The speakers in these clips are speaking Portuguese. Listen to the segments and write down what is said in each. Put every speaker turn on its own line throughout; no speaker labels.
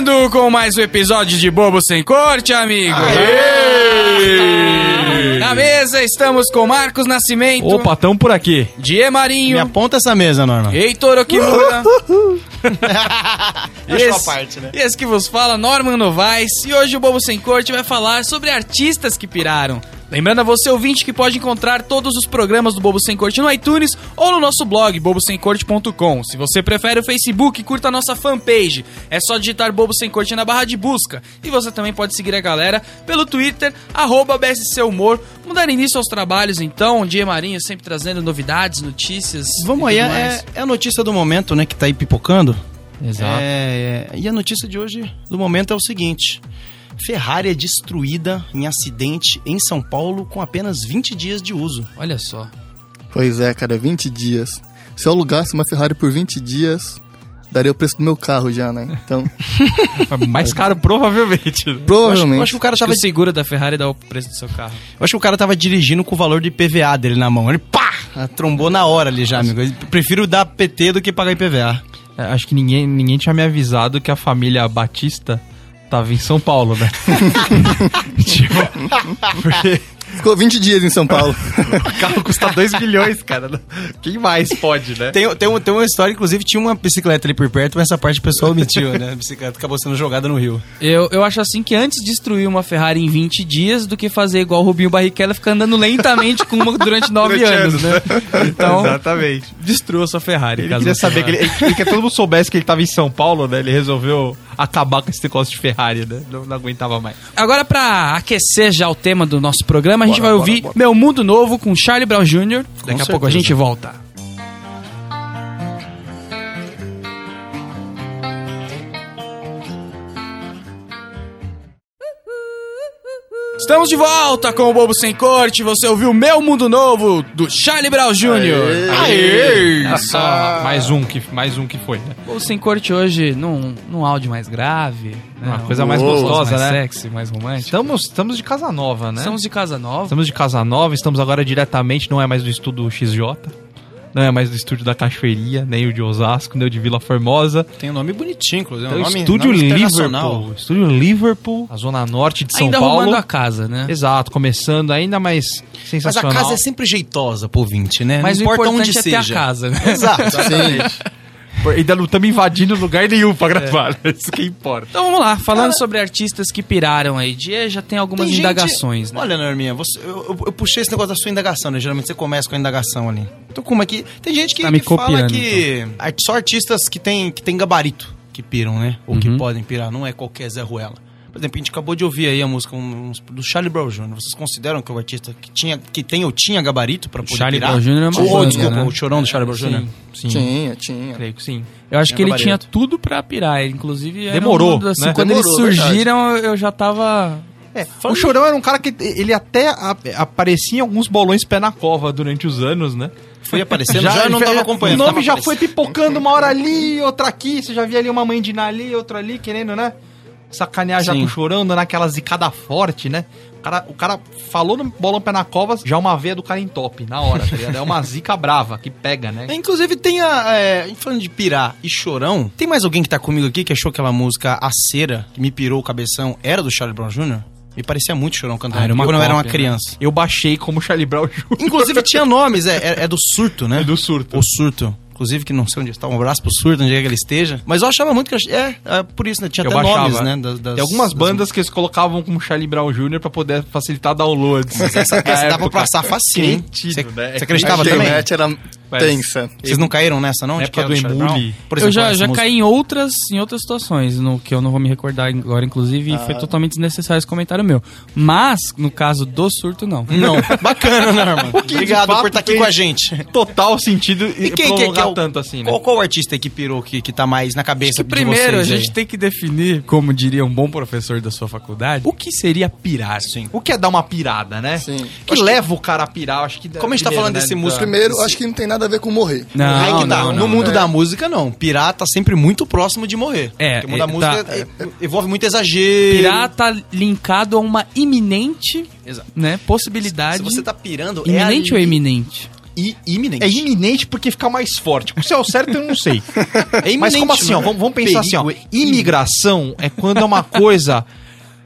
comigo com mais um episódio de Bobo Sem Corte, amigo. Na mesa estamos com Marcos Nascimento,
Opa, tamo por aqui.
Die
Me
Marinho,
aponta essa mesa, Norma.
Heitor Okimura.
Deixa eu a parte, né?
e esse que vos fala, Norman Novaes. E hoje o Bobo Sem Corte vai falar sobre artistas que piraram. Lembrando a você, ouvinte, que pode encontrar todos os programas do Bobo Sem Corte no iTunes ou no nosso blog, bobosemcorte.com. Se você prefere o Facebook, curta a nossa fanpage. É só digitar Bobo Sem Corte na barra de busca. E você também pode seguir a galera pelo Twitter, arroba BSC Humor. Vamos dar início aos trabalhos, então. Dia Marinho sempre trazendo novidades, notícias.
Vamos
e
aí,
tudo mais.
é, é a notícia do momento, né, que tá aí pipocando.
Exato.
É, é, e a notícia de hoje, do momento, é o seguinte. Ferrari é destruída em acidente em São Paulo com apenas 20 dias de uso.
Olha só.
Pois é, cara, 20 dias. Se eu alugasse uma Ferrari por 20 dias, daria o preço do meu carro já, né? Então,
Foi mais caro, provavelmente. né?
Eu acho, eu
provavelmente.
acho que o cara
Acho
tava,
que o seguro da Ferrari dá o preço do seu carro.
eu acho que o cara tava dirigindo com o valor de PVA dele na mão. Ele pá! Trombou na hora ali já, amigo. Eu prefiro dar PT do que pagar IPVA.
É, acho que ninguém, ninguém tinha me avisado que a família Batista tava em São Paulo, né? tipo, porque
Ficou 20 dias em São Paulo.
o carro custa 2 bilhões, cara. Quem mais pode, né?
Tem, tem, um- tem uma história, inclusive, tinha uma bicicleta ali por perto, mas essa parte o pessoal omitiu, né? A bicicleta acabou sendo jogada no rio.
Eu, eu acho assim que antes destruir uma Ferrari em 20 dias do que fazer igual o Rubinho Barrichello ficar andando lentamente com uma durante 9
Durante
anos,
anos,
né? Então,
Exatamente.
destrua sua Ferrari.
Ele
caso
queria
você
saber
vá.
que ele, ele queria que todo mundo soubesse que ele tava em São Paulo, né? Ele resolveu acabar com esse negócio de Ferrari, né? Não, não aguentava mais.
Agora, pra aquecer já o tema do nosso programa, a gente vai ouvir Meu Mundo Novo com Charlie Brown Jr. Daqui a pouco a
certeza.
gente volta. Estamos de volta com o Bobo Sem Corte. Você ouviu Meu Mundo Novo do Charlie Brown Jr.
É só mais um que, mais um que foi, né?
Bobo Sem Corte hoje num, num áudio mais grave, né?
Uma coisa mais
Uma
gostosa,
mais
né?
sexy, mais romântica.
Estamos, estamos de casa nova, né?
Estamos de casa nova.
Estamos de casa nova, estamos agora diretamente, não é mais do estúdio XJ, não é mais do estúdio da Cachoeirinha, nem o de Osasco, nem o de Vila Formosa.
Tem um nome bonitinho, inclusive. né?
É o estúdio Liverpool. Estúdio Liverpool, a zona norte de São
Ainda
Paulo.
arrumando a casa, né?
Exato, começando ainda mais
Mas a
sensacional.
casa é sempre jeitosa pro ouvinte, né?
Mas
Não
o
importa
importante
onde
é ter
seja.
a casa, né?
Exato.
Ainda não estamos invadindo lugar nenhum
É,
pra gravar, isso que importa.
Então vamos lá, falando sobre artistas que piraram aí, de- já tem algumas
Tem gente-
indagações, né?
Olha, Norminha, você- eu, eu- eu puxei esse negócio da sua indagação, né? Geralmente você começa com a indagação ali. Tô com uma aqui. Tem gente que,
Tá me
que fala
copiando, então.
que ar- só artistas que tem, que tem gabarito que piram, né? Ou
Uhum.
que podem pirar, não é qualquer Zé Ruela. Por exemplo, a gente acabou de ouvir aí a música um- um- do Charlie Brown Jr. Vocês consideram que o artista que, tinha, que tem ou tinha gabarito pra poder
Charlie
pirar?
Brown Jr. é uma
Ou,
banda,
desculpa,
né?
o chorão do Charlie Brown Jr.
sim,
tinha, tinha.
creio que sim.
Eu acho que ele
gabarito.
tinha tudo pra pirar, ele, inclusive... era
Demorou,
uma- assim,
né?
Quando
Demorou,
eles surgiram, eu já tava...
o Chorão era um cara que ele até a- aparecia em alguns bolões pé na cova durante os anos, né?
Foi aparecendo, já, eu não
fe-
tava acompanhando.
O
tava
nome já foi
aparecendo.
pipocando uma hora ali, outra aqui. Você já via ali uma mandina ali, outra ali, querendo, né? Sacanear já
Sim.
com chorando, naquela zicada forte, né? O cara, o cara falou no bolão pé na cova, já uma veia do cara em top, na hora, tá ligado? É uma zica brava que pega, né?
É, Inclusive tem a. É, falando de pirar e chorão, tem mais alguém que tá comigo aqui que achou aquela música A Cera, que me pirou o cabeção, era do Charlie Brown Jr.? Me parecia muito chorão cantando.
Ah, era uma
quando eu era uma
cópia, né?
criança.
Eu baixei como Charlie Brown Jr.
Inclusive tinha nomes, é, é, é do surto, né?
do surto.
O surto. Inclusive, que não sei onde está. Um abraço pro surto, onde é que ele esteja. Mas eu achava muito que. eu- É, é por isso, né? Tinha
Eu
até
baixava.
nomes, né? Das, das-
Tem algumas
das-
bandas que eles colocavam como Charlie Brown Jr. pra poder facilitar downloads.
Mas essa, essa dá
Na
pra
época.
passar facinho, hein?
Cretido,
Você
né?
você acreditava
a
também?
internet era
Mas-
tensa.
Vocês não caíram nessa, não?
Na
de que
época
era do
do
Charlie Brown?
Emule.
Por
eu já,
essa
já
música.
caí em outras, em outras situações, no que eu não vou me recordar agora, inclusive, e foi
Ah.
totalmente desnecessário esse comentário meu. Mas, no caso do surto, não.
Não, bacana, né, irmão?
de
Obrigado
fato
por estar aqui
fez.
com a gente.
Total sentido e, prolongar
é o-
tanto assim, né?
Qual, qual o artista aí que pirou, que, que tá mais na cabeça
que
de
primeiro a
vocês aí?
gente tem que definir, como diria um bom professor da sua faculdade, o que seria pirar.
Sim.
O que é dar uma pirada, né?
Sim.
O que leva o cara a pirar? Acho que né?
Como a gente tá falando desse
Ah,
músico-
Primeiro, acho que não tem nada a ver com morrer.
Não,
Aí que tá,
não,
no
não.
mundo
É.
da música, não. Pirar tá sempre muito próximo de morrer.
É,
Porque o mundo da
é,
música
tá.
é, envolve muito exagero.
Pirar tá linkado a uma iminente
Exato.
né,
Se
possibilidade.
você tá pirando, é
Iminente
ali-
ou eminente?
i- iminente.
É iminente porque fica mais forte. Se é o certo, eu não sei.
É iminente, é
Mas como assim, ó,
mano.
vamos, vamos pensar assim, ó. Imigração é quando é uma coisa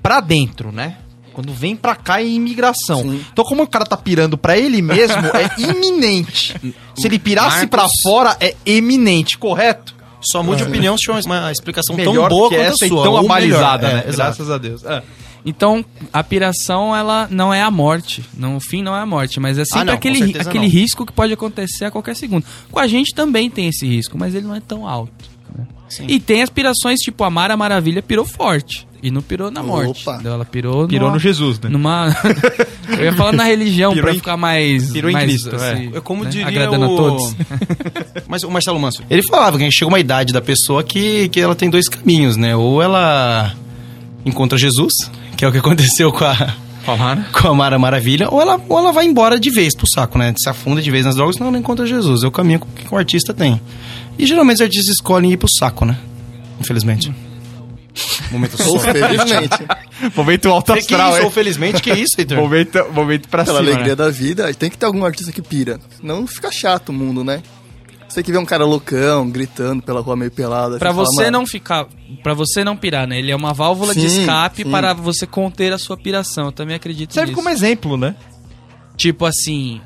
pra dentro, né? Quando vem pra cá é imigração. Então, como o cara tá pirando pra ele mesmo, é iminente. Se ele pirasse
Marcos-
pra fora, é eminente, correto?
Só mude de opinião se tiver uma uma explicação
Melhor
Um tão boa
que
quanto
essa
a
e
sua.
tão
ou
abalizada,
melhor.
né?
É, exato.
Graças a Deus. É.
Então, a piração, ela não é a morte. Não, o fim não é a morte, mas é sempre
Ah, não, com
aquele,
certeza
aquele
não.
risco que pode acontecer a qualquer segundo. Com a gente também tem esse risco, mas ele não é tão alto. né?
Sim.
E tem aspirações tipo a Mara Maravilha pirou forte. E não pirou na morte.
Opa.
Entendeu? Ela pirou,
Pirou
numa,
no Jesus, né?
numa. Eu ia falar na religião
Pirou
pra
em-
ficar mais.
pirou em
mais,
Cristo,
assim,
É como
né?
diria
Agradando
o...
a todos.
Mas o Marcelo Manso, ele falava que chega uma idade da pessoa que, que ela tem dois caminhos, né? Ou ela encontra Jesus, que é o que aconteceu com a, com a Mara Maravilha, ou ela, ou ela vai embora de vez pro saco, né? Se afunda de vez nas drogas, senão ela não encontra Jesus. É o caminho que o artista tem. E geralmente os artistas escolhem ir pro saco, né? Infelizmente. Momento
Ou
só.
felizmente.
Momento alto
Que isso, ou felizmente, que isso, Heitor?
Momento, momento pra
Pela
né?
alegria da vida, tem que ter algum artista que pira. Senão fica chato o mundo, né? Você que vê um cara loucão, gritando pela rua meio pelada.
Pra
fala,
você
"Mano,
não ficar, para você não pirar, né? Ele é uma válvula de
Sim,
escape
sim. é
para você conter a sua piração. Eu também acredito
Serve
nisso.
como exemplo, né?
Tipo assim,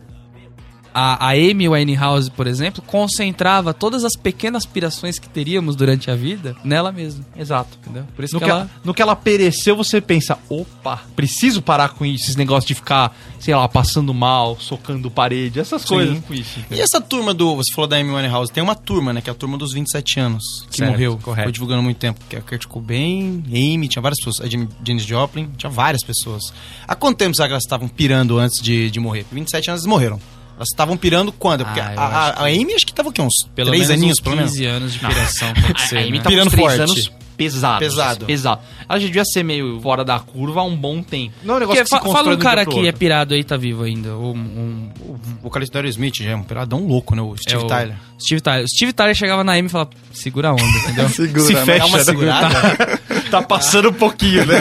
a, a Amy Winehouse, por exemplo, concentrava todas as pequenas pirações que teríamos durante a vida nela mesma. Exato. Entendeu? Por isso
No
que
que, ela...
ela...
no que ela pereceu, você pensa, opa, preciso parar com isso, esses negócios de ficar, sei lá, passando mal, socando parede, essas coisas com isso.
E essa turma do. Você falou da Amy Winehouse. Tem uma turma, né? Que é a turma dos 27 anos. Que
Certo,
morreu.
correto.
Foi divulgando há muito tempo. Que é o Kurt Cobain, Amy, tinha várias pessoas. A Jim- Janis Joplin, tinha várias pessoas. Há quanto tempo será que elas estavam pirando antes de, de morrer? 27 anos elas morreram. Elas estavam pirando quando? Porque
Ah, eu
a, a- a Amy acho que tava o quê? Uns
Pelo
três
menos
aninhos,
uns
pelo menos.
15 anos de piração, pode ser, né?
com
Pirando
uns três
forte.
pesados.
Pesado.
Pesado. Ela já devia ser meio fora da curva há um bom tempo. Não é um
Porque
negócio que,
fa-
se
fala
constrói
um cara
de um dia pro
que é
outro.
pirado aí, tá vivo ainda. Um, um-
O vocalista do Aerosmith já é um piradão louco, né? O
é
Steve
o-
Tyler.
Steve Tyler. Steve Tyler chegava na Amy e falava, segura a onda, entendeu?
Segura,
Se
né?
fecha,
É uma
né?
segurada.
Tá passando um pouquinho, né?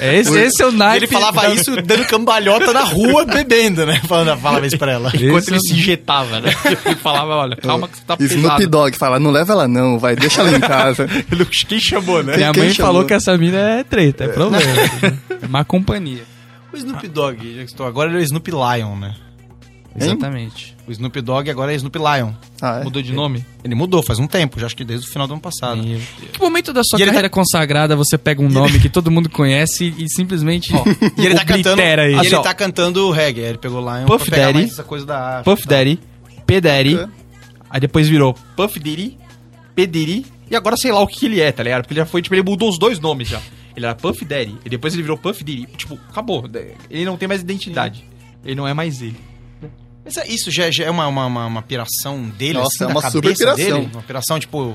esse, esse é o naipe.
Ele falava isso dando cambalhota na rua, bebendo, né? Falando, falava isso pra ela.
Enquanto ele se injetava, né? Ele é falava, olha, calma que você tá
Snoop
pesado.
Dogg fala, não leva ela não, vai, deixa ela em casa.
Quem chamou, né?
Minha
Quem
mãe
chamou?
falou que essa mina é treta, é problema. é má companhia.
O Snoop Dogg, já que estou agora, ele é o Snoop Lion, né?
Exatamente.
O Snoop Dogg agora é Snoop Lion.
Ah, é.
Mudou de nome?
Ele mudou faz um tempo, já acho que desde o final do ano passado.
Que momento da sua
E ele-
carreira consagrada você pega um nome que todo mundo conhece e simplesmente
E ele tá cantando,
oblitera
e
ele?
ele
Assim, ó.
tá cantando reggae, aí ele pegou Lion
Puff
pra pegar
Daddy.
mais essa coisa da África.
Puff Daddy, P Daddy,
É.
aí depois virou Puff Diddy, P Diddy, e agora sei lá o que ele é, tá ligado? Porque ele já foi, tipo, ele mudou os dois nomes já. Ele era Puff Daddy, e depois ele virou Puff Diddy. Tipo, acabou. Ele não tem mais identidade. Ele não é mais ele.
Mas é isso já, já é uma, uma, uma, uma piração dele,
Nossa,
assim,
é
da
uma
cabeça
super piração.
Dele, uma piração, tipo,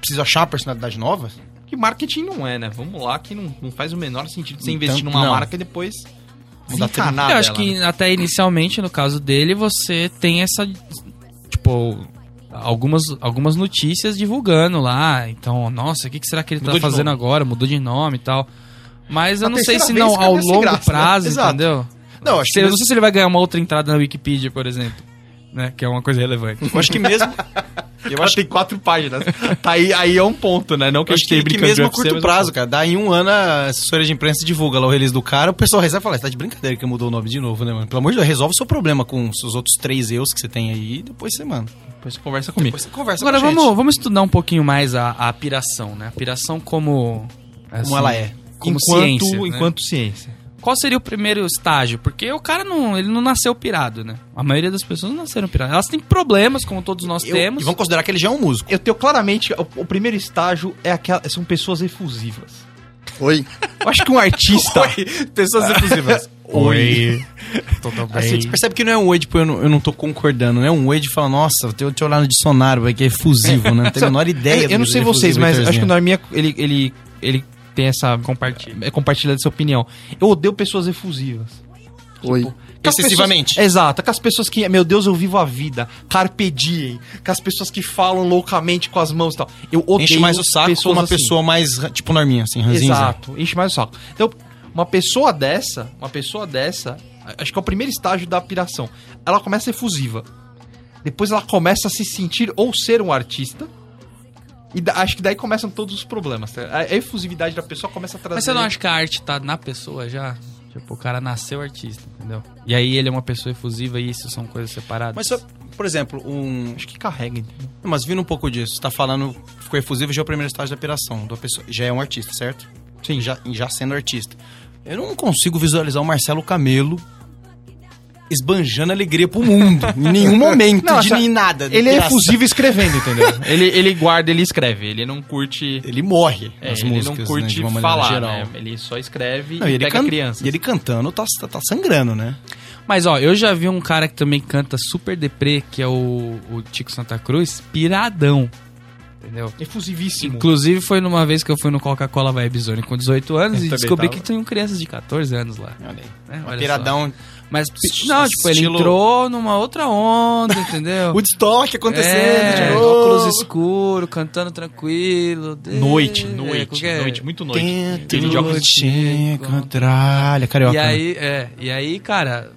preciso achar uma personalidade nova?
Que marketing não é, né? Vamos lá, que não, não faz o menor sentido você
Então,
investir numa
não.
marca e depois
Mudar
desencanar
Eu acho
dela, né?
que até inicialmente, no caso dele, você tem essa. Tipo, algumas, algumas notícias divulgando lá. Então, nossa, o que que será que ele
Mudou
tá
de
fazendo
nome.
agora? Mudou de nome e tal. Mas eu
A
não sei
terceira
se
vez
não
fica
ao
meio sem
longo
graça, né?
prazo,
Exato.
entendeu?
Não,
Se-
acho que
eu não
mesmo-
sei se ele vai ganhar uma outra entrada na Wikipedia, por exemplo. Né? Que é uma coisa relevante.
Eu acho que mesmo,
Eu acho que tem quatro páginas. tá aí, aí é um ponto, né? Não que
eu
a
acho que,
gente tenha
que
brincando
mesmo a
de UFC,
curto
mas-
prazo, cara, dá em um ano a assessoria de imprensa divulga lá o release do cara, o pessoal reserva e fala, "Você tá de brincadeira que mudou o nome de novo, né, mano? Pelo amor de Deus, resolve o seu problema com os seus outros três eus que você tem aí, e depois você, mano,
Depois você conversa comigo.
depois você conversa
Agora
com a gente.
vamos, vamos estudar um pouquinho mais a, a piração, né? A piração como. assim,
Como ela é.
Como
enquanto,
ciência, né?
enquanto ciência.
Qual seria o primeiro estágio? Porque o cara não, ele não nasceu pirado, né? A maioria das pessoas não nasceram pirado. Elas têm problemas, como todos nós
Eu-
temos.
E vamos considerar que ele já é um músico.
Eu tenho claramente. O, o primeiro estágio é aquela. São pessoas efusivas.
Oi.
Eu acho que um artista.
Pessoas efusivas.
Oi.
Tudo bem.
Assim, você percebe que não é um oi, tipo, eu não, eu não tô concordando, né? Um oi de falar, nossa, eu tenho que olhar no dicionário, vai que é efusivo, né? Não tenho a menor ideia. é
eu, eu não sei vocês, mas acho que o Norminha, ele, ele, ele tem essa.
Compartilha.
É compartilhar dessa opinião. Eu odeio pessoas efusivas. Tipo,
Oi.
Aquelas
Excessivamente.
pessoas- exato. Aquelas pessoas que, meu Deus, eu vivo a vida. Carpe diem. Aquelas pessoas que falam loucamente com as mãos e tal. Eu odeio
é Enche mais o saco com
pessoas
uma
assim.
pessoa mais, tipo, norminha, assim, ranzinza.
Exato, enche mais o saco. Então, Uma pessoa dessa, uma pessoa dessa, a- acho que é o primeiro estágio da piração. Ela começa efusiva. Depois ela começa a se sentir ou ser um artista. E da- acho que daí começam todos os problemas. tá? A, a efusividade da pessoa começa a trazer.
Mas você não acha que a arte tá na pessoa já? Tipo, o cara nasceu artista, entendeu? E aí ele é uma pessoa efusiva e isso são coisas separadas.
Mas, só- por exemplo, um.
Acho que carrega, entendeu?
Mas vindo um pouco disso, você tá falando, ficou efusivo, já é o primeiro estágio da operação. Da pessoa, já é um artista, certo? Sim. Já, já sendo artista. Eu não consigo visualizar o Marcelo Camelo esbanjando alegria pro mundo. em nenhum momento,
Não,
de
essa-
nem nada. de
Ele é
graça.
efusivo escrevendo, entendeu? ele, ele guarda, ele escreve. Ele não curte.
Ele morre
É,
nas
ele
músicas,
não
né, de
curte
uma maneira
falar,
geral.
né? Ele só escreve
Não,
e,
e, ele
pega
can...
crianças.
e ele cantando tá, tá, tá sangrando, né?
Mas ó, eu já vi um cara que também canta super deprê, que é o, o Tico Santa Cruz, piradão. Entendeu?
Efusivíssimo.
Inclusive foi numa vez que eu fui no Coca-Cola Vibe Zone com 18 anos
Eu
e
também
descobri
tava.
que tinham crianças de 14 anos lá.
Olha aí.
né? Olha só.
Piradão.
Mas pi- não, tipo, ele
Estilo-
entrou numa outra onda, entendeu?
Woodstock acontecendo
é,
tá de novo.
óculos escuros, cantando tranquilo. de-
Noite,
é,
noite,
qualquer-
noite, muito noite.
Tento
Ele de óculos-
te encontrar. Ele é carioca.
E
né?
aí, é, e aí, cara,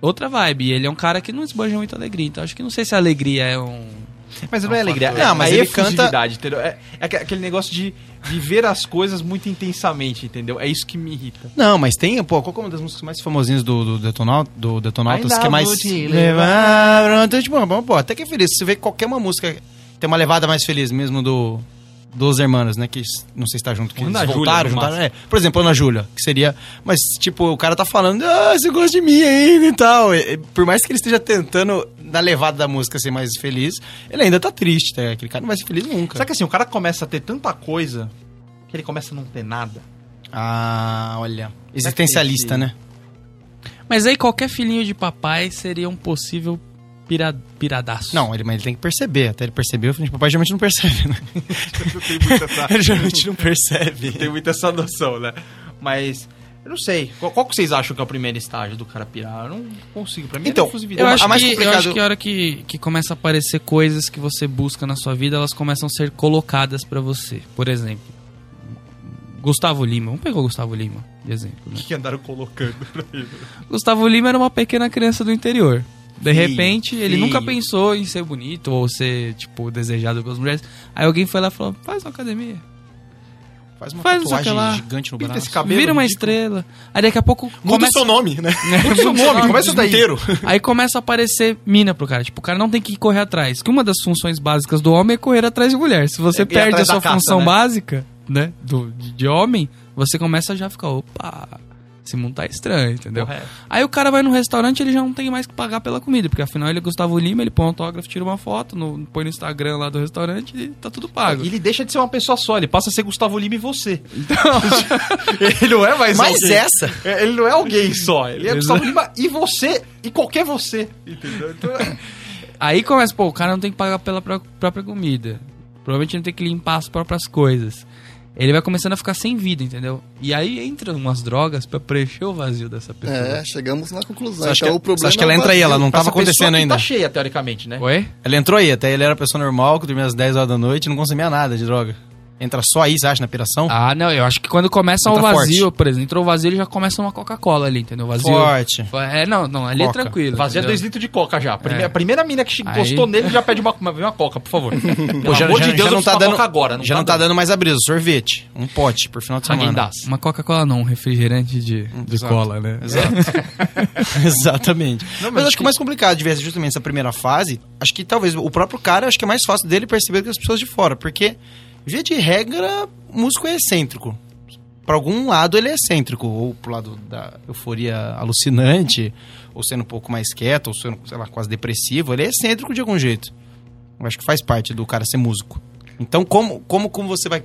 outra vibe. E Ele é um cara que não esbanja muito alegria, então acho que não sei se a alegria é um.
Mas não é alegria.
Não, mas
é
ele
efusividade, entendeu? É, é aque- aquele negócio de viver as coisas muito intensamente, entendeu? É isso que me irrita.
Não, mas tem, pô, qual que é uma das músicas mais famosinhas do, do, Detonau- do Detonautas
Ainda
que é mais.
vou te
levar. Então, tipo, bom, pô, até que é feliz. Se você vê qualquer uma música tem uma levada mais feliz mesmo do. Dos hermanos, né? Que s- não sei se tá junto, que
Ana
eles
Júlia,
voltaram,
no
juntaram.
máximo.
É. Por exemplo, Ana Júlia, que seria. Mas, tipo, o cara tá falando, ah, você gosta de mim ainda e tal. E- e por mais que ele esteja tentando, na levada da música, ser mais feliz, ele ainda tá triste, tá? Aquele cara não vai ser feliz nunca.
Só que assim, o cara começa a ter tanta coisa que ele começa a não ter nada.
Ah, olha. Existencialista, né?
Mas aí qualquer filhinho de papai seria um possível pira... piradaço.
Não, ele, mas ele tem que perceber. Até ele perceber, o filho de papai geralmente não percebe, né? ele geralmente não percebe.
Tem muita essa noção, né? Mas. Eu não sei. Qual, qual que vocês acham que é o primeiro estágio do cara pirar? Eu não consigo. Pra mim
Então,
é efusividade.
Eu
A
acho,
mais
que, eu
complicado-
acho que a hora que, que começa a aparecer coisas que você busca na sua vida, elas começam a ser colocadas pra você. Por exemplo, Gustavo Lima. Vamos pegar o Gustavo Lima, de exemplo. né?
que andaram colocando pra ele.
Gustavo Lima era uma pequena criança do interior. De
Feio,
repente, ele
feio.
nunca pensou em ser bonito ou ser, tipo, desejado pelas mulheres. Aí alguém foi lá e falou: faz uma academia.
Faz uma
Faz
tatuagem
aquela-
gigante no
Pinta
braço.
esse cabelo
Vira uma
ridículo.
estrela. Aí daqui a pouco.
Muda
começa-
o seu nome, né?
né?
Muda o seu nome, começa daí.
Aí começa a aparecer mina pro cara. Tipo, o cara não tem que correr atrás. Que uma das funções básicas do homem é correr atrás de mulher. Se você
É, ir
perde a
atrás
sua
da caça,
função
né?
básica, né? Do, de, de homem, você começa a já ficar, opa, esse mundo tá estranho, entendeu?
Correto.
Aí o cara vai no restaurante ele já não tem mais que pagar pela comida, porque afinal ele é Gustavo Lima, ele põe um autógrafo, tira uma foto, no- põe no Instagram lá do restaurante e tá tudo pago.
E ele deixa de ser uma pessoa só, ele passa a ser Gustavo Lima e você. ele não é mais
Então, Mas
alguém.
essa.
É, Ele não é alguém só, ele é
Exato.
Gustavo Lima e você, e qualquer você. Entendeu? Então,
Aí começa, pô, o cara não tem que pagar pela pró- própria comida. Provavelmente não tem que limpar as próprias coisas. Ele vai começando a ficar sem vida, entendeu? E aí entra umas drogas pra preencher o vazio dessa pessoa.
É, chegamos na conclusão.
Você acha,
então, o
que, você
problema
acha que ela
é o
entra aí? Ela não
pra
tava
essa pessoa
acontecendo
que
ainda.
Tá cheia, teoricamente,
É.
né?
Oi?
Ela entrou aí, até ele era pessoa normal, que dormia às 10 horas da noite e não consumia nada de droga. Entra só aí, você acha, na piração?
Ah, não, eu acho que quando começa o
Entra
vazio, por exemplo, entrou o vazio, ele já começa uma Coca-Cola ali, entendeu? O Vazio.
Forte.
É, não, não, ali
Coca.
é tranquilo.
Fazia
entendeu?
dois litros de coca já. Prime-
É.
A primeira mina que che-
Aí-
gostou nele já pede uma, uma, uma coca, por favor. Pelo
Pô, já,
amor
já-
de Deus,
já não
eu
tá
preciso de uma
dando,
coca agora. Não
já
tá
não tá dando mais a brisa, sorvete. Um pote por final de semana.
Alguém dá.
Uma Coca-Cola não, um refrigerante de, de
Hum, Exato.
cola, né?
Exato. Exatamente. mas acho que o mais complicado de ver justamente essa primeira fase, acho que talvez o próprio cara, acho que é mais fácil dele perceber que as pessoas de fora, porque via de regra, músico é excêntrico. Pra algum lado ele é excêntrico, ou pro lado da euforia alucinante, ou sendo um pouco mais quieto, ou sendo, sei lá, quase depressivo, ele é excêntrico de algum jeito. Eu acho que faz parte do cara ser músico. Então, como, como, como você vai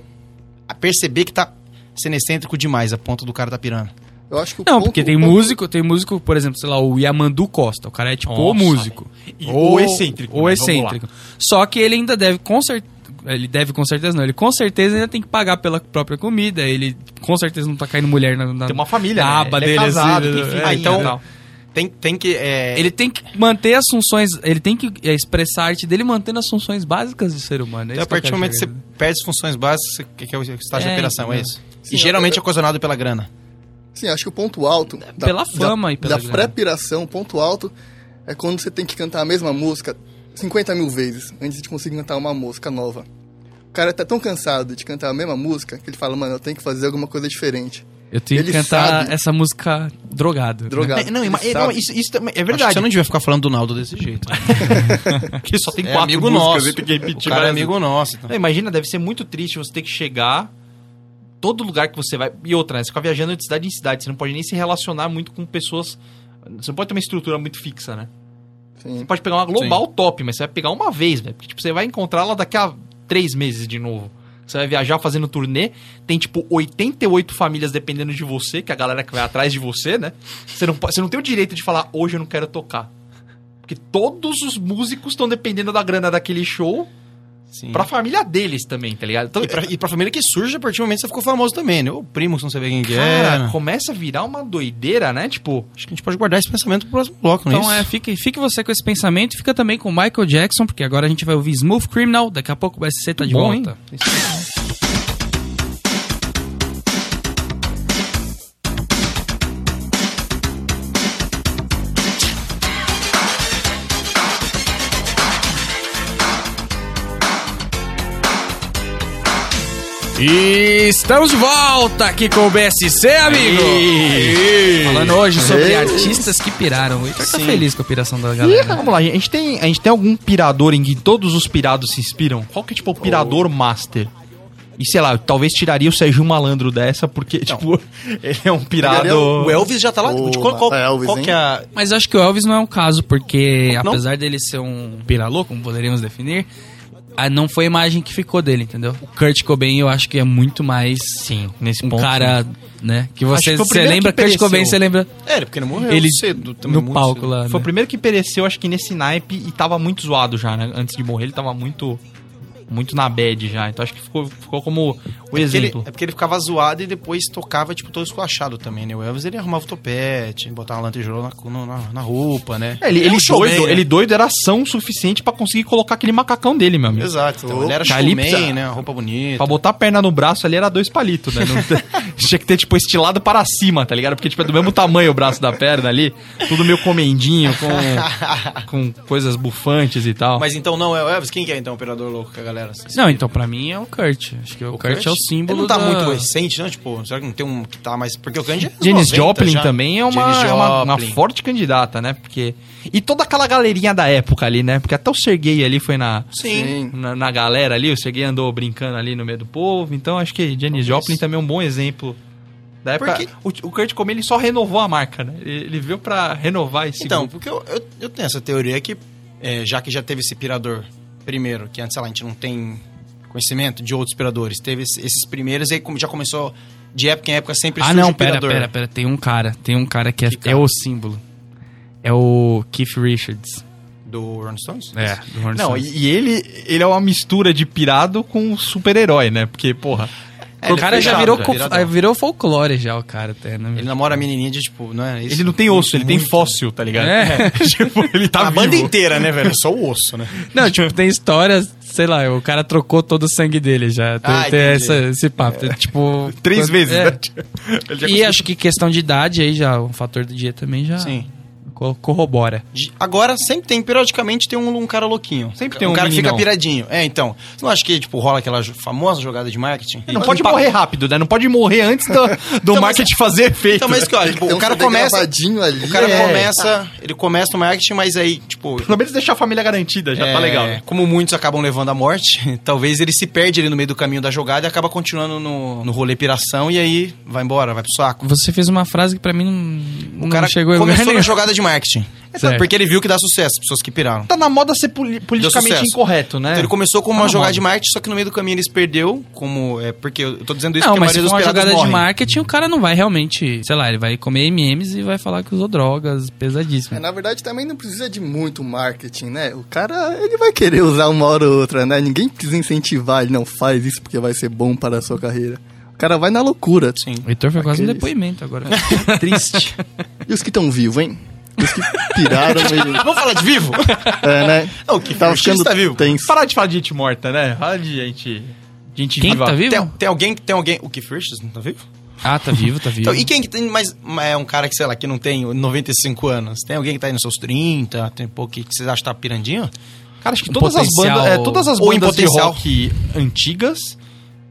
perceber que tá sendo excêntrico demais a ponto do cara tá pirando?
Eu acho que o
Não,
ponto- um
porque
Um
tem
o ponto-
músico, tem músico, por exemplo, sei lá, o Yamandu Costa. O cara é tipo o
Nossa,
músico.
E o excêntrico,
O
né?
excêntrico. Só que ele ainda deve, com certeza. Ele deve com certeza não, ele com certeza ainda tem que pagar pela própria comida, ele com certeza não tá caindo mulher na, na
Tem uma família,
na
né?
aba
Ele é
dele
casado,
assim,
tem filho,
é,
Ah, então-
entendeu?
Tem, tem que. é,
ele tem que manter as funções, ele tem que é, expressar a arte dele mantendo as funções básicas do ser humano. É isso
Então, a partir
eu
do
quero
momento que você
chegar, né?
perde as funções básicas, você- que que é o estágio
É,
de operação, é
entendeu?
isso.
Sim,
e geralmente
eu-
é ocasionado pela grana.
Sim, acho que o ponto alto.
É
pela fama
da,
e pela
Da
grana.
pré-piração, o ponto alto é quando você tem que cantar a mesma música 50 mil vezes antes de conseguir cantar uma música nova. O cara tá tão cansado de cantar a mesma música que ele fala, mano, eu tenho que fazer alguma coisa diferente.
Né?
Eu tenho que
Ele
cantar
sabe.
essa música drogado.
Drogado.
É, não,
ele
ima- é, não,
sabe.
isso, isso também é
Verdade.
verdade.
você não devia ficar falando do Naldo desse jeito.
que só tem
É
quatro
amigo
músicas
nosso.
e tem que repetir
o cara é
várias
amigo nosso. então.
Não, imagina, deve ser muito triste você ter que chegar todo lugar que você vai. E outra, né? Você fica viajando de cidade em cidade, você não pode nem se relacionar muito com pessoas. Você não pode ter uma estrutura muito fixa, né? Você
Sim.
pode pegar uma global top, mas você vai pegar uma vez, velho. Porque tipo, você vai encontrar ela daqui a três meses de novo. Você vai viajar fazendo turnê, tem tipo 88 famílias dependendo de você, que é a galera que vai atrás de você, né? Você não, pode, você não tem o direito de falar, hoje eu não quero tocar. Porque todos os músicos estão dependendo da grana daquele show
Sim.
pra família deles também, tá ligado? Então,
E, pra, e pra família que surge, a partir do momento que você ficou famoso também, né? O primo, que não sabia quem que
cara,
era.
começa a virar uma doideira, né? Tipo,
Acho que a gente pode guardar esse pensamento pro próximo bloco, não
Então é, fique, fique você com esse pensamento, fica também com Michael Jackson, porque agora a gente vai ouvir Smooth Criminal, daqui a pouco o SC tá de
bom,
volta.
hein?
E estamos de volta aqui com o BSC, amigo! Falando hoje sobre
Ei.
artistas que piraram. O Heitor tá feliz com a piração da galera.
Vamos lá, a gente, tem, a gente tem algum pirador em que todos os pirados se inspiram? Qual que é, tipo, o pirador master? E sei lá, eu talvez tiraria o Sérgio Malandro dessa, porque, tipo, ele é um pirado.
Ele é um-
O Elvis já tá lá.
Ô,
de qual qual,
é Elvis,
qual que é a...
Mas eu acho que o Elvis não é um caso, porque
Não?
apesar dele ser um piralô, como poderíamos definir, ah, não foi a imagem que ficou dele, entendeu? O Kurt Cobain eu acho que é muito mais
Sim, nesse
um
ponto.
cara, né? Que
Acho
você,
que foi o
você
primeiro
lembra,
que
Kurt Cobain,
pereceu.
você lembra
É, porque ele morreu
ele
cedo. também,
no
muito
palco
cedo.
lá,
Foi o
né?
primeiro que pereceu, acho que nesse naipe, e tava muito zoado já, né? Antes de morrer, ele tava muito. Muito na bad já. Então acho que ficou, ficou como o
Porque ele-
exemplo.
é porque ele ficava zoado e depois tocava, tipo, todo esculachado também, né? O Elvis, ele arrumava o topete, botava uma lantejola na, cu- no- na, na roupa, né?
É, ele, ele,
era um showman,
doido,
né?
ele doido era ação o suficiente pra conseguir colocar aquele macacão dele, meu amigo.
Exato. Então, ele era
Calypso.
showman, né? Uma roupa bonita.
Pra botar a perna no braço ali era dois palitos, né? Não te- tinha que ter, tipo, estilado para cima, tá ligado? Porque, tipo, é do mesmo tamanho o braço da perna ali. Tudo meio comendinho, com, com coisas bufantes e tal.
Mas então não é o Elvis? Quem que é então o operador louco que a galera?
Não, então pra mim é o Kurt. Acho que o, Kurt, é o símbolo
Ele não tá
da-
muito recente, não? Tipo, será que não tem um que tá mais. Porque o Kurt é. dos
Janis
90
Joplin
já.
também é uma,
Janis
é uma, uma
Joplin.
forte candidata, né? Porque... E toda aquela galerinha da época ali, né? Porque até o Sergei ali foi na,
Sim.
Sim.
na, na galera ali. O Sergei andou brincando ali no meio do povo. Então, acho que Janis Joplin também é um bom exemplo. Da época,
Porque-
o, o Kurt Cobain ele só renovou a marca, né? Ele, ele veio pra renovar esse
Então,
grupo.
porque eu, eu, eu tenho essa teoria que, é, já que já teve esse pirador primeiro, que antes, sei lá, a gente não tem conhecimento de outros piradores, teve esse- esses primeiros, e aí como já começou de época em época sempre
Ah,
surge
não,
o
pera,
pirador.
pera, pera. Tem um cara. Tem um cara que, é,
Que
tá.
cara?
é o símbolo. É o Keith Richards.
Do Rolling Stones?
do Rolling
É. Não,
Stones.
e, e ele, ele é uma mistura de pirado com super-herói, né? Porque, porra.
o
ele
cara
é
já
pirado,
virou,
é
co-
piradão.
ah, virou folclore já, o cara até, né?
Ele namora a menininha de, tipo, não é isso?
Ele não tem osso, ele tem
Muito.
fóssil, tá ligado?
É.
tipo, ele tá
A
vivo.
banda inteira, né, velho? Só o osso, né?
Não, tipo, tem histórias, sei lá, o cara trocou todo o sangue dele já. Tem,
Ah,
tem
entendi. É.
essa- esse papo. Tem, tipo.
Três
quando-
vezes,
é.
né? Ele já
E acho que questão de idade aí já, o fator do dia também já
Sim.
co- corrobora.
De- Agora sempre tem, periodicamente tem um, um cara louquinho.
Sempre tem um
cara que
meninão.
fica piradinho. É, então. Você não acha que, tipo, rola aquela jo- famosa jogada de marketing? Tipo,
Não pode morrer rápido, né? Não pode morrer antes do, do
mas-
marketing fazer efeito.
Então, mas que, olha, tipo,
Tem
o
um
cara
CD
começa.
gravadinho ali,
O cara
é.
começa. Ele começa no marketing, mas aí, tipo.
Pelo menos deixar a família garantida, já
é,
tá legal. né?
Como muitos acabam levando à morte, talvez ele se perde ali no meio do caminho da jogada e acaba continuando no, no rolê piração e aí vai embora, vai pro saco.
Você fez uma frase que pra mim não,
O
não
cara
chegou em lugar
começou na
nenhum.
jogada de marketing.
Certo.
Porque ele viu que dá sucesso, pessoas que piraram.
Tá na moda ser poli- politicamente
sucesso.
incorreto, né?
É.
Então ele começou com
Tá
Ah,
uma
na
jogada
moda.
de marketing, só que no meio do caminho ele se perdeu, como. É, porque eu tô dizendo isso
Não,
porque
mas
a
se for
maioria dos
uma
piratas
jogada de
morrem.
marketing, o cara não vai realmente, sei lá, ele vai comer MMs e vai falar que usou drogas
É,
pesadíssimas.
na verdade, também não precisa de muito marketing, né? O cara, ele vai querer usar uma hora ou outra, né? Ninguém precisa incentivar ele, não faz isso porque vai ser bom para a sua carreira. O cara vai na loucura. Sim.
O Heitor foi
É
quase um
Aqueles-
depoimento agora. Triste.
E os que estão vivos, hein? Os que piraram e...
Vamos falar de vivo?
É, né?
Não, o que
Tava
o X tá vivo.
tenso.
Parar de falar de gente morta, né? Fala de gente. Gente
Quem que
viva.
tá vivo?
Tem, tem alguém que tem alguém. O Keith Richards não tá vivo?
Ah, tá vivo, tá vivo.
Então, e quem que tem mais. É um cara que, sei lá, que não tem 95 anos? Tem alguém que tá aí nos seus 30, tem pouco que vocês acham que tá pirandinho?
Cara, acho que
Um
todas as,
potencial-
bandas, é, todas as
ou em
bandas de
potencial.
rock antigas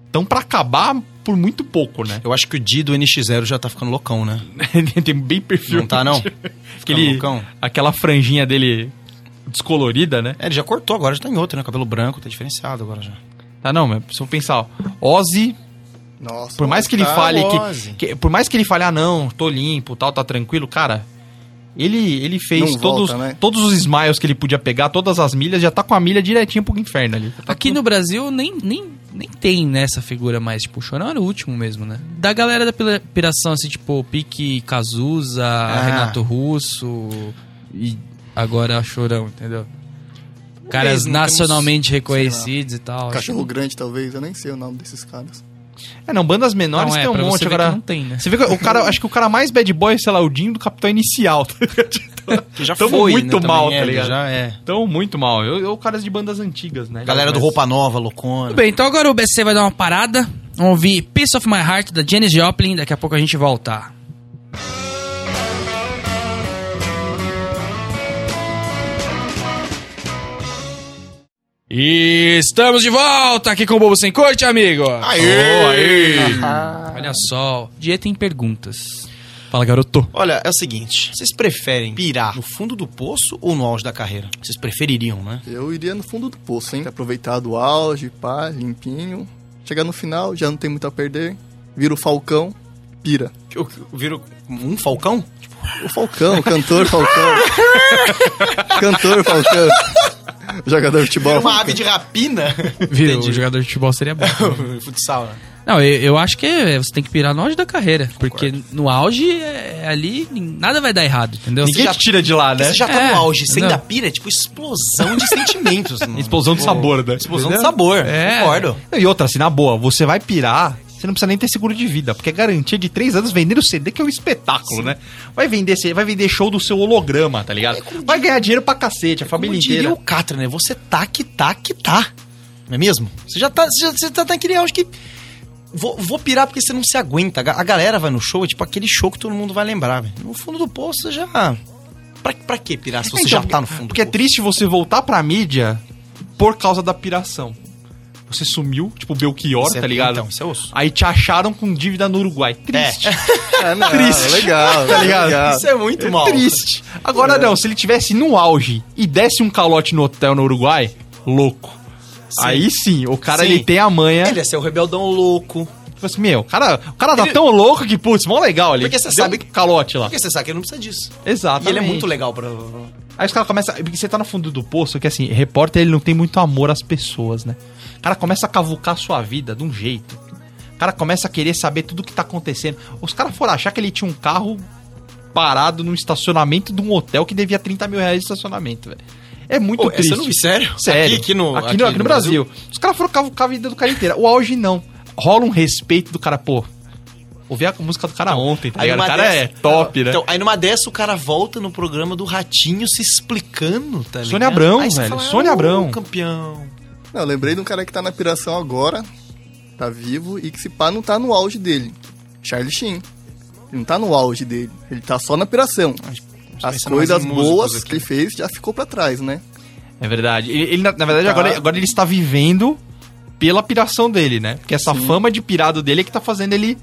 estão pra acabar por muito pouco, né?
Eu acho que o D do NX0 já tá ficando loucão, né?
Tem bem perfil.
Não tá, não?
Aquele,
loucão.
aquela franjinha dele descolorida, né?
É, ele já cortou agora, já tá em outro, né? Cabelo branco, tá diferenciado agora já.
Tá, não, mas se eu pensar, ó, Ozzy,
Nossa.
por mais que ele
Tá,
fale
o
que,
Ozzy.
que- por mais que ele fale, ah, não, tô limpo, tal, tá tranquilo, cara, ele ele fez
Não
todos
volta, né?
todos os smiles que ele podia pegar, todas as milhas, já tá com a milha direitinho pro inferno ali.
Tá Aqui no Brasil nem, nem, nem tem nessa figura mais, tipo, o Chorão era o último mesmo, né? Da galera da pira- piração, assim, tipo, Pique Cazuza,
Ah.
Renato Russo e agora Chorão, entendeu? Caras
Mesmo, temos,
nacionalmente reconhecidos e tal.
Cachorro Grande, talvez. Eu nem sei o nome desses caras.
É, não, bandas menores
Não, é,
tem um
pra
monte
você ver
agora.
que não tem, né?
Você vê que o cara, acho que o cara mais bad boy, é, sei lá, o Dinho do Capitão Inicial. tá ligado?
Que já
Tamo
foi,
muito
né, também
mal,
é,
tá ligado?
Já é.
Então, muito mal. Eu, eu caras de bandas antigas, né?
Galera do
Mas-
Roupa Nova, loucona.
Tudo bem, então agora o BC vai dar uma parada. Vamos ouvir Piece of My Heart da Janis Joplin. Daqui a pouco a gente volta. E estamos de volta aqui com o Bobo Sem Corte, amigo. Hum,
Ô, aí.
Olha só, o dia tem perguntas. Fala, garoto.
Olha, é o seguinte, vocês preferem pirar no fundo do poço ou no auge da carreira? Vocês prefeririam, né?
Eu iria no fundo do poço, hein? Aproveitar do auge, pá, limpinho. Chegar no final, já não tem muito a perder. Vira o Falcão, pira.
Eu, viro um falcão?
O Falcão, o cantor Falcão. cantor Falcão. Jogador de futebol.
Uma ave de rapina?
Viu, o
um Entendi.
jogador de futebol seria bom.
Futsal, né?
Não, eu, eu acho que você tem que pirar no auge da carreira. Porque no auge, é, ali, nada vai dar errado, entendeu?
Ninguém te tira de lá, né?
Você já tá
É,
no auge, você ainda
não.
pira, é tipo explosão de sentimentos. mano.
Explosão de sabor, né?
Explosão de sabor,
É.
concordo.
E outra, assim, na boa, você vai pirar, você não precisa nem ter seguro de vida, porque é garantia de três anos vender o CD, que é um espetáculo, né? Vai vender, CD, vai vender show do seu holograma, tá
É
ligado? Vai ganhar dinheiro pra cacete, a família
Como diria
inteira.
o Catra, né? Você tá que tá que tá. Não é mesmo? Você já tá, você já, você tá naquele auge que... Vou, vou pirar porque você não se aguenta. A ga- a galera vai no show, é tipo aquele show que todo mundo vai lembrar, velho. No fundo do poço, você já... Pra, pra que pirar se você
Então,
já tá no fundo
Porque é
do poço?
triste você voltar pra mídia por causa da piração. Você sumiu, tipo o Belchior,
Isso é-
tá ligado?
Então, isso é osso.
Aí te acharam com dívida no Uruguai. Triste.
Ah, não, Triste. Legal, tá ligado?
Isso é muito mal.
Triste. Agora não, se ele tivesse no auge e desse um calote no hotel no Uruguai, louco. Aí sim, o cara
Sim.
ele tem a manha.
Ele ia ser o rebeldão louco.
Tipo assim, meu, o cara, o cara tá tão louco que, putz, mó legal ali.
Porque você
Deu
sabe
um
que-
calote lá.
Porque você sabe que ele não precisa disso.
Exato.
E ele é muito legal pra...
Aí os caras começam. Porque você tá no fundo do poço, que assim, repórter ele não tem muito amor às pessoas, né? O cara começa a cavucar a sua vida de um jeito. O cara começa a querer saber tudo que tá acontecendo. Os caras foram achar que ele tinha um carro parado num estacionamento de um hotel que devia 30 mil reais de estacionamento, velho. É muito
Pô,
triste.
essa eu não vi, sério?
Sério.
Aqui, aqui no,
aqui, no, aqui no Brasil. Os caras foram cavucar a vida do cara inteira. O auge não. Rola um respeito do cara, pô. Ouvi a música do cara ontem, tá
Aí
ligado?
numa
O cara
dessa-
é top, né?
Então, aí numa dessa o cara volta no programa do Ratinho se explicando, tá ligado?
Sônia Abrão,
Aí você
velho,
"Ah,
Sônia
ô,
Abrão."
campeão.
Não, eu lembrei de um cara que tá na piração agora, tá vivo, e que se pá não tá no auge dele. Charlie Sheen. Ele não tá no auge dele, ele tá só na piração. As
pensando mais
coisas
em músicos
boas
aqui.
que ele fez já ficou pra trás, né?
É verdade. Ele, ele, na, na verdade,
Tá.
agora, agora ele está vivendo pela piração dele, né? Porque essa fama de pirado dele é que tá fazendo ele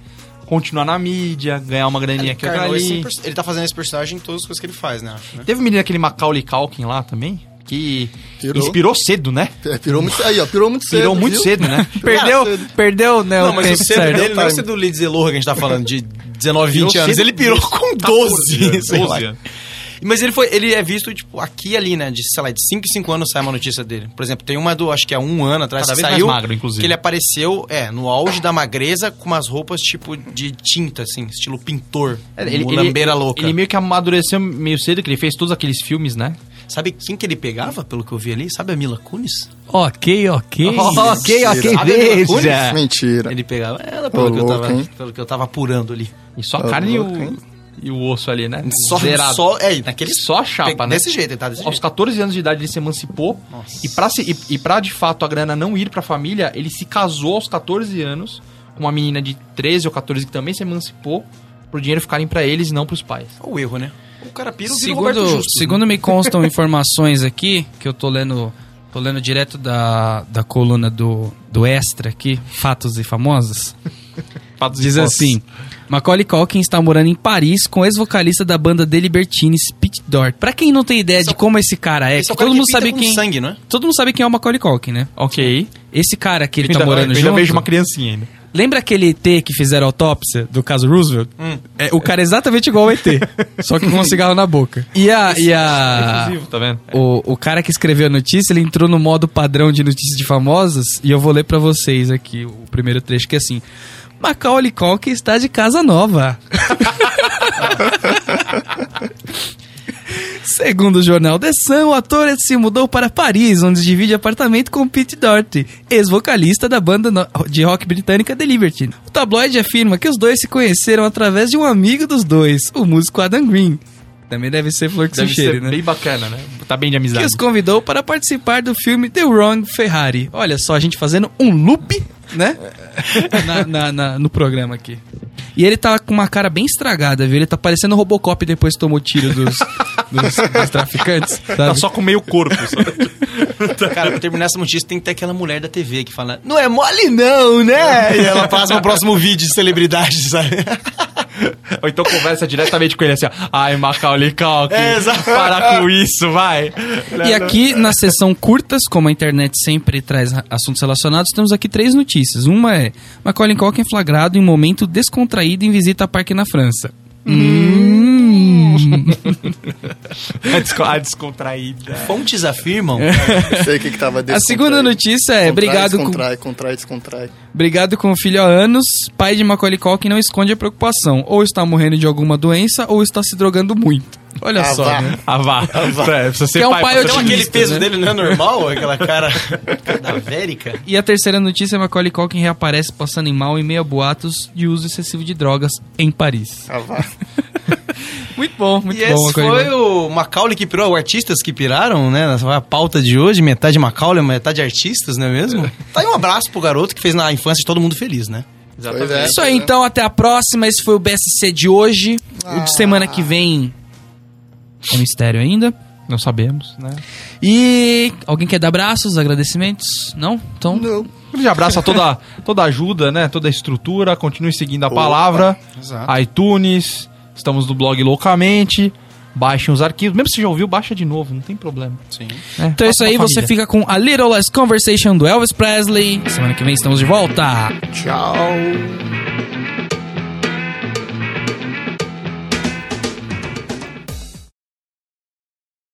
continuar na mídia, ganhar uma graninha aqui outra
Encarnou esse
ali.
pers- ele tá fazendo esse personagem em todas as coisas que ele faz, né? Acho, né?
Teve um menino aquele Macaulay Culkin lá também, que
Pirou.
inspirou cedo, né?
É, pirou muito, aí, ó, pirou muito cedo.
Pirou muito
viu?
cedo, né?
Perdeu, perdeu, né?
Não, mas o cedo dele não é
Tá.
o cedo do Lindsay Lohan que a gente tá falando, de 19, 20
Pirou
anos.
cedo
Ele pirou com 12, sei lá.
12 tá, anos.
Mas ele foi, ele é visto, tipo, aqui e ali, né? De, sei lá, de 5 em 5 anos sai uma notícia dele. Por exemplo, tem uma do, acho que há um ano atrás,
Cada
que
vez mais
saiu.
magro, inclusive.
Que ele apareceu, é, no auge da magreza, com umas roupas, tipo, de tinta, assim, estilo pintor.
É, Ele,
um
ele-
lambeira louca.
Ele meio que amadureceu meio cedo, que ele fez todos aqueles filmes, né?
Sabe quem que ele pegava, pelo que eu vi ali? Sabe a Mila Kunis?
Ok, ok.
ok, ok,
Sabe a Mila Kunis?
veja.
Mentira.
Ele pegava ela, pelo, que,
louco,
eu tava,
hein?
pelo que eu tava apurando ali.
E só a
Tá
carne e o,
louco, hein?
e o osso ali, né?
Só,
Zerado.
só, é, naquele...
Só a chapa, né?
Desse jeito, ele tá desse
Aos
jeito.
14 anos de idade ele se emancipou.
Nossa.
E pra, se, e, e pra, de fato a grana não ir pra família, ele se casou aos 14 anos uma menina de 13 ou 14 que também se emancipou pro dinheiro ficarem pra eles e não pros pais.
Olha o erro, né? O cara pira vira o Roberto
Segundo,
Justo.
segundo me constam informações aqui, que eu tô lendo, tô lendo direto da, da coluna do, do Extra aqui, Fatos e Famosos,
Fatos e
diz
fotos.
assim: Macaulay Culkin está morando em Paris com o ex-vocalista da banda The Libertines, Pete Dort. Pra quem não tem ideia de como esse cara é,
Esse é o
que
cara
todo
que
mundo
pinta
sabe
com
quem,
sangue, não é?
todo mundo sabe quem é o Macaulay Culkin, né?
Ok.
Esse cara que ele
Eu
tá
ainda-
morando
eu
junto.
ainda vejo uma criancinha ainda.
Lembra aquele ET que fizeram autópsia do caso Roosevelt? É, o cara é exatamente igual ao ET, só que com um cigarro na boca. é E a. E a
Inclusive, tá vendo?
o, o cara que escreveu a notícia, ele entrou no modo padrão de notícias de famosas e eu vou ler pra vocês aqui o primeiro trecho que é assim: Macaulay Culkin está de casa nova. Segundo o jornal The Sun, o ator se mudou para Paris, onde divide apartamento com Pete Doherty, ex-vocalista da banda no- de rock britânica The Liberty. O tabloide afirma que os dois se conheceram através de um amigo dos dois, o músico Adam Green. Também deve ser flor que
Deve
se cheire,
ser
né?
bem bacana, né? Tá bem de
que
amizade.
os convidou para participar do filme The Wrong Ferrari. Olha só, a gente fazendo um loop, né? Na- na- na- no programa aqui. E ele tá com uma cara bem estragada, viu? Ele tá parecendo o Robocop depois que tomou tiro dos, dos- dos traficantes.
Tá
sabe?
só com meio corpo. sabe?
Cara, pra terminar essa notícia tem que ter aquela mulher da TV que fala, não é mole não, né? E ela passa o próximo vídeo de celebridade, sabe?
Ou então conversa diretamente com ele assim, ó. Ai, Macaulay Culkin,
É, exato.
para com isso, vai.
E aqui, na sessão curtas, como a internet sempre traz ra- assuntos relacionados, temos aqui três notícias. Uma é Macaulay Culkin flagrado em momento descontraído em visita a parque na França. Hum.
A, desco- a descontraída.
Fontes afirmam.
Não sei o que, que tava
A segunda notícia é, obrigado com,
Contrai, contrai, descontrai.
Brigado com o filho há anos, pai de Macaulay Culkin não esconde a preocupação. Ou está morrendo de alguma doença, ou está se drogando muito. Olha
Ah,
só,
vá.
né?
Ah, vá. É, precisa ser
Que é um pai
pra
Então
otimista.
ser-
aquele peso
né?
dele não é normal? Aquela cara cadavérica?
E a terceira notícia é Macaulay Culkin reaparece passando em mal em meio a boatos de uso excessivo de drogas em Paris.
Ah, vá.
Muito bom, muito
e
bom.
esse
Macaulay
foi
Culkin.
o Macaulay que pirou, o artistas que piraram, né? Essa foi a pauta de hoje, metade Macaulay, metade artistas, não é mesmo? Tá aí um abraço pro garoto que fez na infância de todo mundo feliz, né?
Pois é.
Exatamente.
Isso aí, então. Até a próxima. Esse foi o BSC de hoje.
Ah.
O de semana que vem... É um mistério ainda.
Não sabemos, né?
E... Alguém quer dar abraços, agradecimentos? Não? Então...
Não.
Um grande abraço a toda, toda ajuda, né? Toda a estrutura. Continue seguindo a palavra.
exato.
Ah. iTunes. Estamos no blog loucamente. Baixem os arquivos. Mesmo se já ouviu, baixa de novo. Não tem problema.
Sim.
né?
Então é isso
Faça
aí,
com a
você
família.
fica com a Little Less Conversation do Elvis Presley. Semana que vem estamos de volta.
Tchau.